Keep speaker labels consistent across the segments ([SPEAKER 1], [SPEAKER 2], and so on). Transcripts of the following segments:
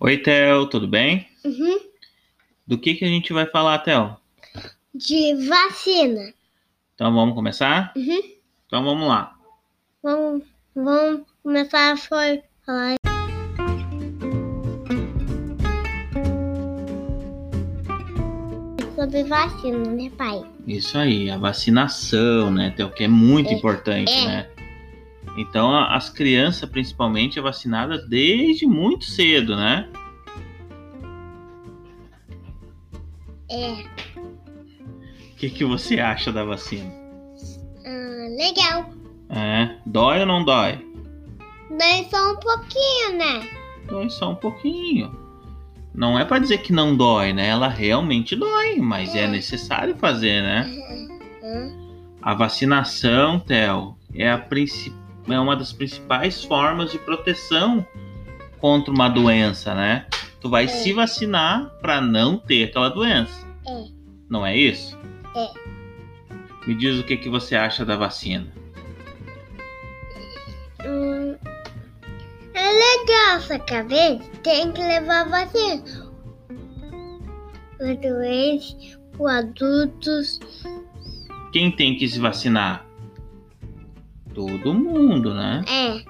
[SPEAKER 1] Oi, Theo, tudo bem?
[SPEAKER 2] Uhum.
[SPEAKER 1] Do que, que a gente vai falar, Theo?
[SPEAKER 2] De vacina.
[SPEAKER 1] Então vamos começar?
[SPEAKER 2] Uhum.
[SPEAKER 1] Então vamos lá.
[SPEAKER 2] Vamos, vamos começar a fa- falar. Sobre vacina, né, pai?
[SPEAKER 1] Isso aí, a vacinação, né, Theo, que é muito
[SPEAKER 2] É.
[SPEAKER 1] importante,
[SPEAKER 2] É.
[SPEAKER 1] né? Então a- as crianças, principalmente, é vacinada desde muito cedo, né?
[SPEAKER 2] É.
[SPEAKER 1] O que, que você
[SPEAKER 2] Uhum.
[SPEAKER 1] acha da vacina?
[SPEAKER 2] Ah, legal.
[SPEAKER 1] É, dói ou não dói?
[SPEAKER 2] Daí só um pouquinho, né?
[SPEAKER 1] Dói só um pouquinho. Não é pra dizer que não dói, né? Ela realmente dói, mas é
[SPEAKER 2] É.
[SPEAKER 1] necessário fazer, né?
[SPEAKER 2] Hum,
[SPEAKER 1] A vacinação, Theo, é, a princi- é uma das principais formas de proteção contra uma doença, né? Tu vai
[SPEAKER 2] É.
[SPEAKER 1] se vacinar para não ter aquela doença.
[SPEAKER 2] É.
[SPEAKER 1] Não é isso?
[SPEAKER 2] É.
[SPEAKER 1] Me diz o que, que você acha da vacina.
[SPEAKER 2] hum. É legal, só que às vezes tem que levar vacina. Para doentes, para adultos.
[SPEAKER 1] Quem tem que se vacinar? Todo mundo, né?
[SPEAKER 2] É.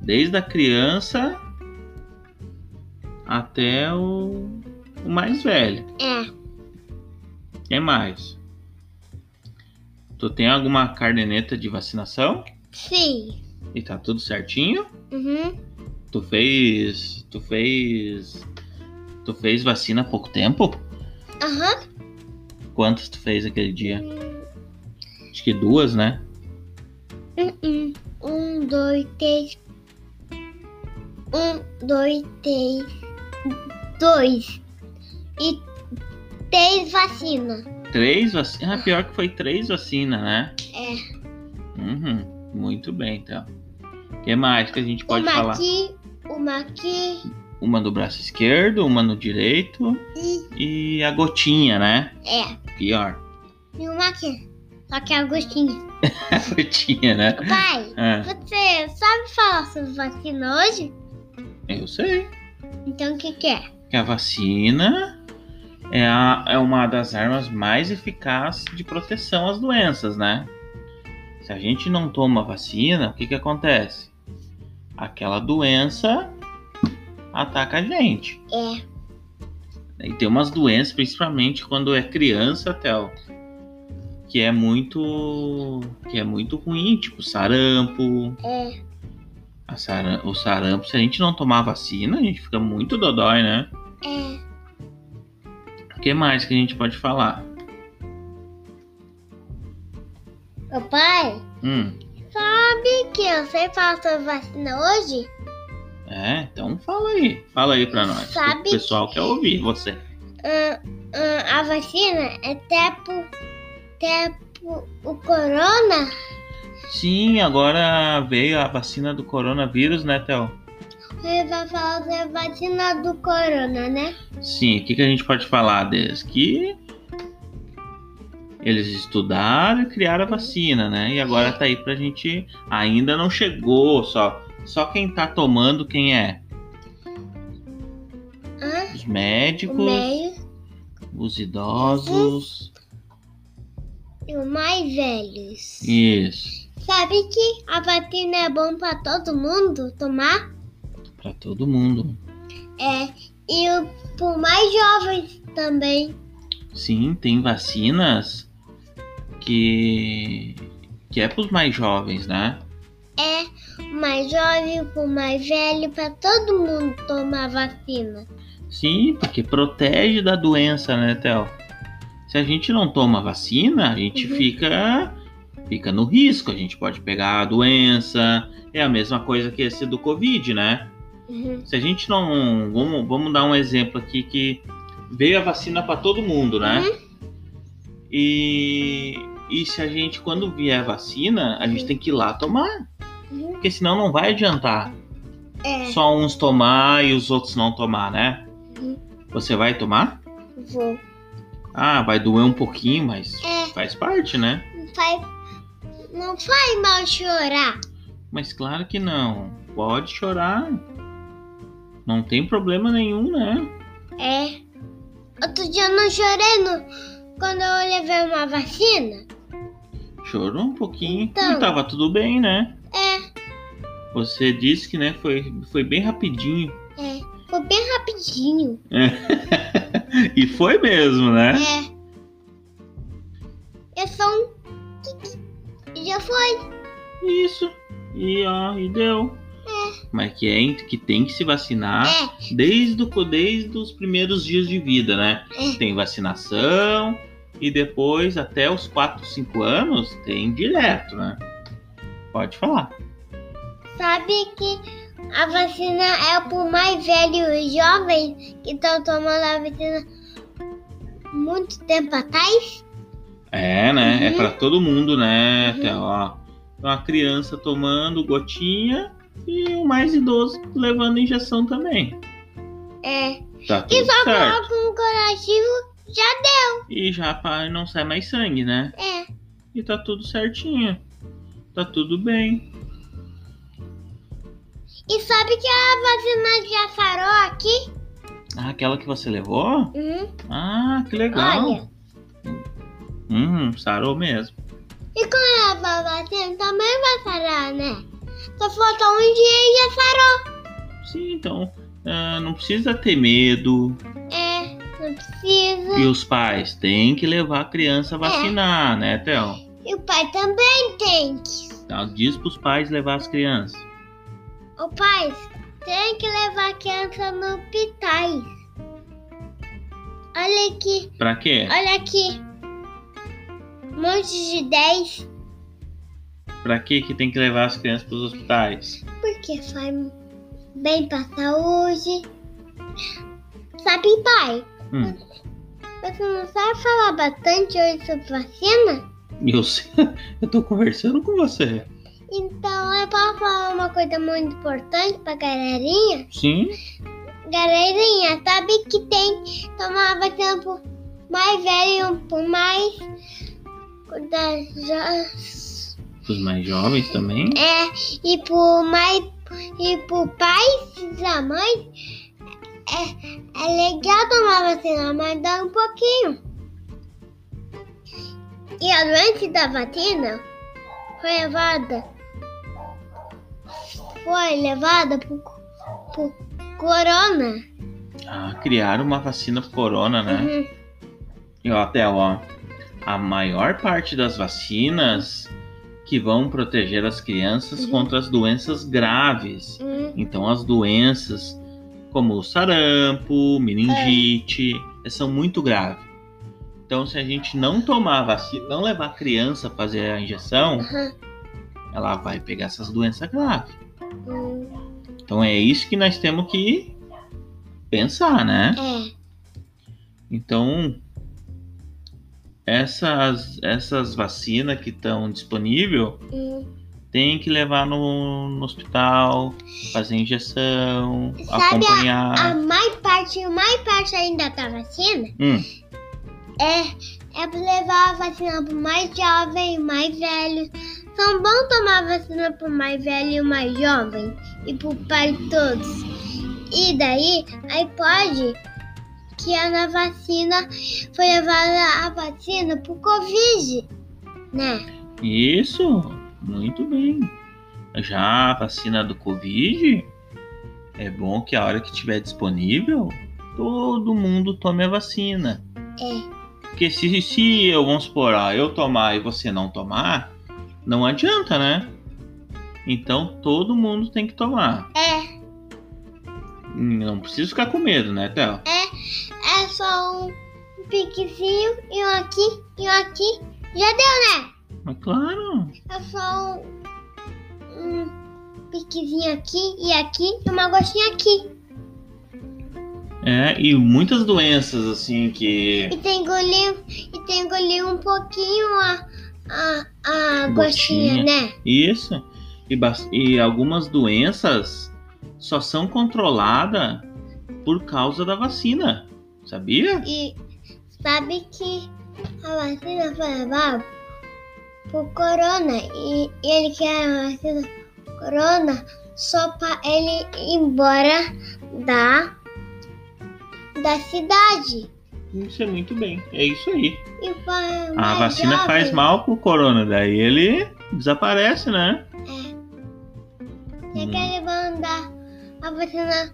[SPEAKER 1] Desde a criança até o, o mais velho.
[SPEAKER 2] É.
[SPEAKER 1] que mais? Tu tem alguma cardeneta de vacinação?
[SPEAKER 2] Sim.
[SPEAKER 1] E tá tudo certinho?
[SPEAKER 2] Uhum.
[SPEAKER 1] Tu fez. Tu fez. Tu fez vacina há pouco tempo?
[SPEAKER 2] Aham.
[SPEAKER 1] Quantas tu fez aquele dia?
[SPEAKER 2] Hum,
[SPEAKER 1] Acho que duas, né?
[SPEAKER 2] hum, hum. Um, dois, três. Um, dois, três. Dois. E três vacinas.
[SPEAKER 1] Três vacinas. Ah, pior que foi três vacinas, né?
[SPEAKER 2] É.
[SPEAKER 1] Uhum. Muito bem, então. O que mais que a gente pode
[SPEAKER 2] uma
[SPEAKER 1] falar?
[SPEAKER 2] aqui, uma aqui
[SPEAKER 1] Uma no braço esquerdo, uma no direito
[SPEAKER 2] e.
[SPEAKER 1] e a gotinha, né?
[SPEAKER 2] É.
[SPEAKER 1] Pior.
[SPEAKER 2] E uma aqui. Só que é a gostinha.
[SPEAKER 1] A gotinha, né?
[SPEAKER 2] Pai,
[SPEAKER 1] Ah,
[SPEAKER 2] você sabe falar sobre vacina hoje?
[SPEAKER 1] eu sei.
[SPEAKER 2] Então o que, que é?
[SPEAKER 1] que a vacina é, a- é uma das armas mais eficazes de proteção às doenças, né? Se a gente não toma vacina, o que, que acontece? Aquela doença ataca a gente.
[SPEAKER 2] É.
[SPEAKER 1] E tem umas doenças, principalmente quando é criança, Théo, que é muito. que é muito ruim, tipo sarampo.
[SPEAKER 2] É.
[SPEAKER 1] A saram- o sarampo, se a gente não tomar vacina, a gente fica muito dodói, né?
[SPEAKER 2] É.
[SPEAKER 1] O que mais que a gente pode falar?
[SPEAKER 2] Ô pai,
[SPEAKER 1] Hum,
[SPEAKER 2] sabe que eu sei falar sobre vacina hoje?
[SPEAKER 1] é, então fala aí. Fala aí pra nós.
[SPEAKER 2] Sabe
[SPEAKER 1] o pessoal quer ouvir você.
[SPEAKER 2] Ah, ah, a vacina é tempo, tempo o corona
[SPEAKER 1] Sim, agora veio a vacina do coronavírus, né, Theo?
[SPEAKER 2] ele vai falar da vacina do corona, né?
[SPEAKER 1] Sim, o que, que a gente pode falar deles? Que eles estudaram e criaram a vacina, né? E agora tá aí pra gente. Ainda não chegou, só. Só quem tá tomando, quem é?
[SPEAKER 2] Hã?
[SPEAKER 1] Os
[SPEAKER 2] o
[SPEAKER 1] médicos,
[SPEAKER 2] meio
[SPEAKER 1] os idosos.
[SPEAKER 2] e o mais velhos.
[SPEAKER 1] Isso.
[SPEAKER 2] Sabe que a vacina é bom para todo mundo tomar?
[SPEAKER 1] Pra todo mundo.
[SPEAKER 2] É e o pro mais jovens também.
[SPEAKER 1] Sim, tem vacinas que que é para os mais jovens, né?
[SPEAKER 2] É o mais jovem, pro mais velho, para todo mundo tomar vacina.
[SPEAKER 1] Sim, porque protege da doença, né, Theo? Se a gente não toma vacina, a gente
[SPEAKER 2] Uhum.
[SPEAKER 1] fica fica no risco, a gente pode pegar a doença. É a mesma coisa que esse do Covid, né?
[SPEAKER 2] Uhum.
[SPEAKER 1] Se a gente não, vamos, vamos dar um exemplo aqui que veio a vacina para todo mundo, né?
[SPEAKER 2] Uhum.
[SPEAKER 1] E e se a gente quando vier a vacina, a gente
[SPEAKER 2] Sim.
[SPEAKER 1] tem que ir lá tomar.
[SPEAKER 2] Uhum.
[SPEAKER 1] porque senão não vai adiantar
[SPEAKER 2] É,
[SPEAKER 1] só uns tomar e os outros não tomar, né?
[SPEAKER 2] Uhum.
[SPEAKER 1] Você vai tomar?
[SPEAKER 2] vou.
[SPEAKER 1] Ah, vai doer um pouquinho, mas
[SPEAKER 2] É.
[SPEAKER 1] faz parte, né?
[SPEAKER 2] Não faz, não faz mal chorar.
[SPEAKER 1] Mas claro que não. Pode chorar. Não tem problema nenhum, né?
[SPEAKER 2] É. Outro dia eu não chorei no... quando eu levei uma vacina.
[SPEAKER 1] Chorou um pouquinho.
[SPEAKER 2] Então.
[SPEAKER 1] E tava tudo bem, né?
[SPEAKER 2] É,
[SPEAKER 1] Você disse que né, foi, foi bem rapidinho.
[SPEAKER 2] é. Foi bem rapidinho.
[SPEAKER 1] E foi mesmo, né?
[SPEAKER 2] É. É só um... E já foi.
[SPEAKER 1] Isso. E ó, e deu. Mas que, é, que tem que se vacinar
[SPEAKER 2] é.
[SPEAKER 1] desde, o, desde os primeiros dias de vida, né?
[SPEAKER 2] É.
[SPEAKER 1] Tem vacinação e depois até os 4, 5 anos tem direto, né? Pode falar.
[SPEAKER 2] Sabe que a vacina é para o mais velho e jovens que estão tomando a vacina muito tempo atrás?
[SPEAKER 1] É, né? É
[SPEAKER 2] Uhum.
[SPEAKER 1] pra todo mundo, né?
[SPEAKER 2] Uhum.
[SPEAKER 1] Até, ó, uma criança tomando gotinha e o mais idoso levando injeção também.
[SPEAKER 2] É.
[SPEAKER 1] Tá tudo
[SPEAKER 2] E só
[SPEAKER 1] certo.
[SPEAKER 2] coloca um curativo.
[SPEAKER 1] E já pá, não sai mais sangue, né?
[SPEAKER 2] É.
[SPEAKER 1] e tá tudo certinho. Tá tudo bem.
[SPEAKER 2] E sabe que a vacina já sarou aqui?
[SPEAKER 1] Ah, aquela que você levou?
[SPEAKER 2] Uhum.
[SPEAKER 1] Ah, que legal.
[SPEAKER 2] Olha.
[SPEAKER 1] Hum, sarou mesmo.
[SPEAKER 2] E quando a vacina também vai sarar, né? Só falta um dia e já
[SPEAKER 1] Sim, então ah, não precisa ter medo.
[SPEAKER 2] sarou. É. Não precisa.
[SPEAKER 1] E os pais têm que levar a criança a vacinar, né, Theo?
[SPEAKER 2] E o pai também tem que.
[SPEAKER 1] Então, diz pros pais levar as crianças.
[SPEAKER 2] O pai tem que levar a criança no hospitais. Olha aqui,
[SPEAKER 1] Pra quê?
[SPEAKER 2] olha aqui. Um monte de 10.
[SPEAKER 1] Pra quê que tem que levar as crianças pros hospitais?
[SPEAKER 2] Porque faz bem pra saúde. Sabe, pai?
[SPEAKER 1] Hum.
[SPEAKER 2] Você não sabe falar bastante hoje sobre vacina?
[SPEAKER 1] Eu, sei- eu tô conversando com você.
[SPEAKER 2] Então eu posso falar uma coisa muito importante pra galerinha?
[SPEAKER 1] Sim?
[SPEAKER 2] Galerinha, sabe que tem que tomar vacina pro mais velho e pro mais. da jo-
[SPEAKER 1] Os mais jovens também?
[SPEAKER 2] É, e pro mais. E pro pai e a mãe. É, é legal tomar vacina, mas dá um pouquinho. E a doença da vacina foi levada. Foi levada pro, co- pro corona.
[SPEAKER 1] Ah, criaram uma vacina pro corona, né?
[SPEAKER 2] Uhum.
[SPEAKER 1] E ó, Theo, ó, a maior parte das vacinas que vão proteger as crianças
[SPEAKER 2] Uhum.
[SPEAKER 1] contra as doenças graves.
[SPEAKER 2] Hum,
[SPEAKER 1] Então, as doenças como o sarampo, meningite, são muito graves. Então, se a gente não tomar a vacina, não levar a criança a fazer a injeção,
[SPEAKER 2] aham,
[SPEAKER 1] ela vai pegar essas doenças graves.
[SPEAKER 2] hum,
[SPEAKER 1] Então, é isso que nós temos que pensar, né?
[SPEAKER 2] é.
[SPEAKER 1] Então, essas, essas vacinas que estão disponíveis,
[SPEAKER 2] hum.
[SPEAKER 1] tem que levar no, no hospital, fazer injeção,
[SPEAKER 2] Sabe a-
[SPEAKER 1] acompanhar.
[SPEAKER 2] A mais parte, a mais parte ainda da vacina
[SPEAKER 1] Hum,
[SPEAKER 2] é, é pra levar a vacina pro mais jovem e mais velho. São bom tomar a vacina pro mais velho e o mais jovem e pro pai todos. E daí, aí pode que a na vacina foi levada a vacina pro Covid, né?
[SPEAKER 1] isso, muito bem. Já a vacina do Covid, é bom que a hora que tiver disponível, todo mundo tome a vacina.
[SPEAKER 2] É,
[SPEAKER 1] Porque se, se eu, vamos supor, ah, eu tomar e você não tomar, não adianta, né? Então todo mundo tem que tomar.
[SPEAKER 2] é,
[SPEAKER 1] Não precisa ficar com medo, né, Théo?
[SPEAKER 2] é só um piquezinho e um aqui e um aqui. Já deu,
[SPEAKER 1] Mas claro.
[SPEAKER 2] é só um, um piquezinho aqui e aqui e uma gostinha aqui.
[SPEAKER 1] É, e muitas doenças assim que.
[SPEAKER 2] E tem golinho, e tem golinho um pouquinho a, a, a
[SPEAKER 1] Gotinha.
[SPEAKER 2] gostinha, né?
[SPEAKER 1] Isso. E, bas- e algumas doenças só são controladas por causa da vacina. Sabia?
[SPEAKER 2] E sabe que a vacina foi levada pro corona e, e ele quer a vacina pro corona só pra ele ir embora da, da cidade.
[SPEAKER 1] Isso é muito bem. É isso aí.
[SPEAKER 2] E para
[SPEAKER 1] A
[SPEAKER 2] mais
[SPEAKER 1] vacina
[SPEAKER 2] jovem,
[SPEAKER 1] faz mal pro corona, daí ele desaparece, né? Hum,
[SPEAKER 2] Você quer mandar a vacina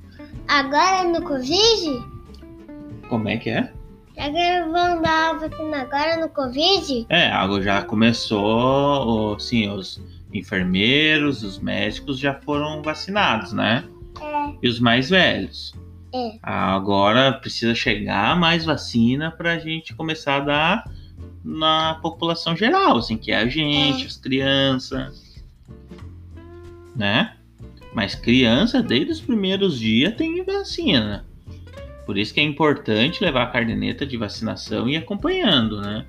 [SPEAKER 2] agora no Covid?
[SPEAKER 1] Como é que é?
[SPEAKER 2] Já que vão dar a vacina agora no Covid?
[SPEAKER 1] É, algo já começou, o- sim, os enfermeiros, os médicos já foram vacinados, né?
[SPEAKER 2] É.
[SPEAKER 1] E os mais velhos.
[SPEAKER 2] É.
[SPEAKER 1] Agora precisa chegar mais vacina pra gente começar a dar na população geral, assim, que é a gente, as crianças, né? Mas criança, desde os primeiros dias, tem vacina. Por isso que é importante levar a caderneta de vacinação e ir acompanhando, né?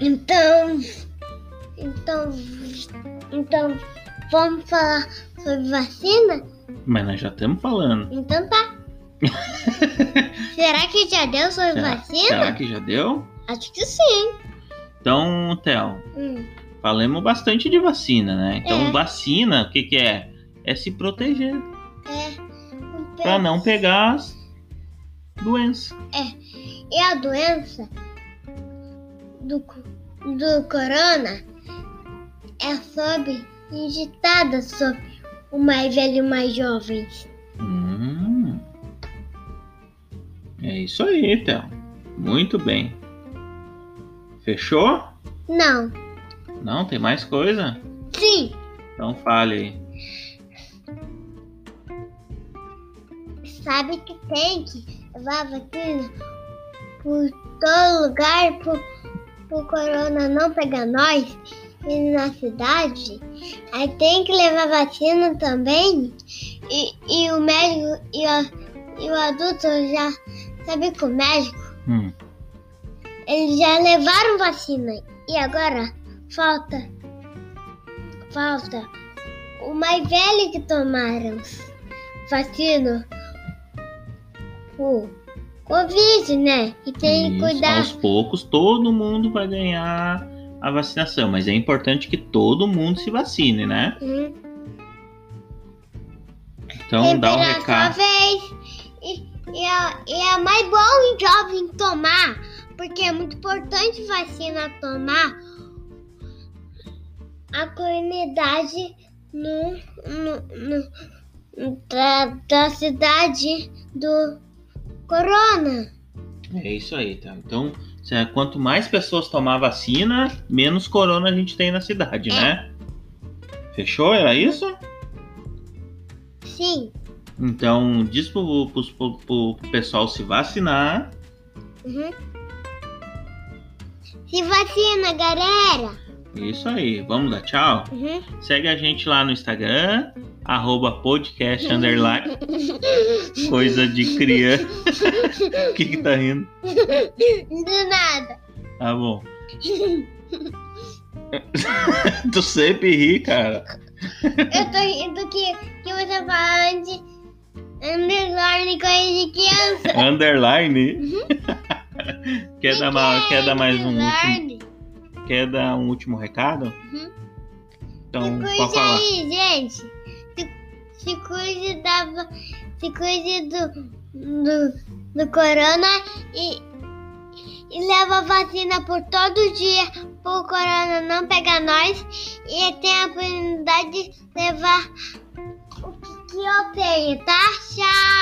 [SPEAKER 2] Então. Então. Então. Vamos falar sobre vacina?
[SPEAKER 1] Mas nós já estamos falando.
[SPEAKER 2] Então tá. Será que já deu sobre
[SPEAKER 1] Será,
[SPEAKER 2] vacina?
[SPEAKER 1] será que já deu?
[SPEAKER 2] Acho que sim.
[SPEAKER 1] Então, Theo,
[SPEAKER 2] Hum,
[SPEAKER 1] falamos bastante de vacina, né? Então,
[SPEAKER 2] É.
[SPEAKER 1] vacina, o que, que é? É se proteger
[SPEAKER 2] é. Um
[SPEAKER 1] para
[SPEAKER 2] pe-
[SPEAKER 1] não pegar as doenças.
[SPEAKER 2] E a doença do, co- do corona é sobre injetada sobre o mais velho e o mais jovem.
[SPEAKER 1] Hum. É isso aí, Theo. Muito bem. Fechou?
[SPEAKER 2] Não.
[SPEAKER 1] Não, tem mais coisa?
[SPEAKER 2] Sim.
[SPEAKER 1] Então fale aí.
[SPEAKER 2] Sabe que tem que levar vacina por todo lugar pro, pro corona não pegar nós e na cidade. Aí tem que levar vacina também. E, e o médico e, a- e o adulto já. Sabe que o médico?
[SPEAKER 1] Hum.
[SPEAKER 2] Eles já levaram vacina. E agora falta. Falta o mais velho que tomaram vacina. O Covid, né? E tem que
[SPEAKER 1] Isso,
[SPEAKER 2] cuidar.
[SPEAKER 1] Aos poucos, todo mundo vai ganhar a vacinação, mas é importante que todo mundo se vacine, né?
[SPEAKER 2] Hum.
[SPEAKER 1] Então dá um
[SPEAKER 2] Liberar sua
[SPEAKER 1] recado.
[SPEAKER 2] vez. E, e é, e é mais bom o jovem tomar, porque é muito importante vacina tomar. A comunidade no, no, no- da, da cidade do Corona.
[SPEAKER 1] É isso aí, tá? Então, se- quanto mais pessoas tomar vacina, menos corona a gente tem na cidade, né? Fechou? Era isso?
[SPEAKER 2] Sim,
[SPEAKER 1] Então, diz pro, pros- pro- pro pessoal se vacinar.
[SPEAKER 2] uhum. se vacina, galera.
[SPEAKER 1] Isso aí, vamos dar tchau?
[SPEAKER 2] Uhum.
[SPEAKER 1] Segue a gente lá no Instagram, arroba podcast underline. Coisa de criança. O que que tá rindo?
[SPEAKER 2] Do nada.
[SPEAKER 1] Tá bom. tu sempre ri, cara.
[SPEAKER 2] Eu tô rindo que, que você fala de underline coisa de criança.
[SPEAKER 1] Underline. quer, dar ma- quer dar mais um último,
[SPEAKER 2] Uhum. Underline.
[SPEAKER 1] quer dar um último recado?
[SPEAKER 2] Uhum.
[SPEAKER 1] Então,
[SPEAKER 2] se
[SPEAKER 1] pode
[SPEAKER 2] cuide
[SPEAKER 1] falar.
[SPEAKER 2] aí, gente. Se, se cuide da. va- Se cuide do. do, do corona e. E leva a vacina por todo dia pro corona não pegar nós e tem a oportunidade de levar o que, que eu tenho, tá? Tchau!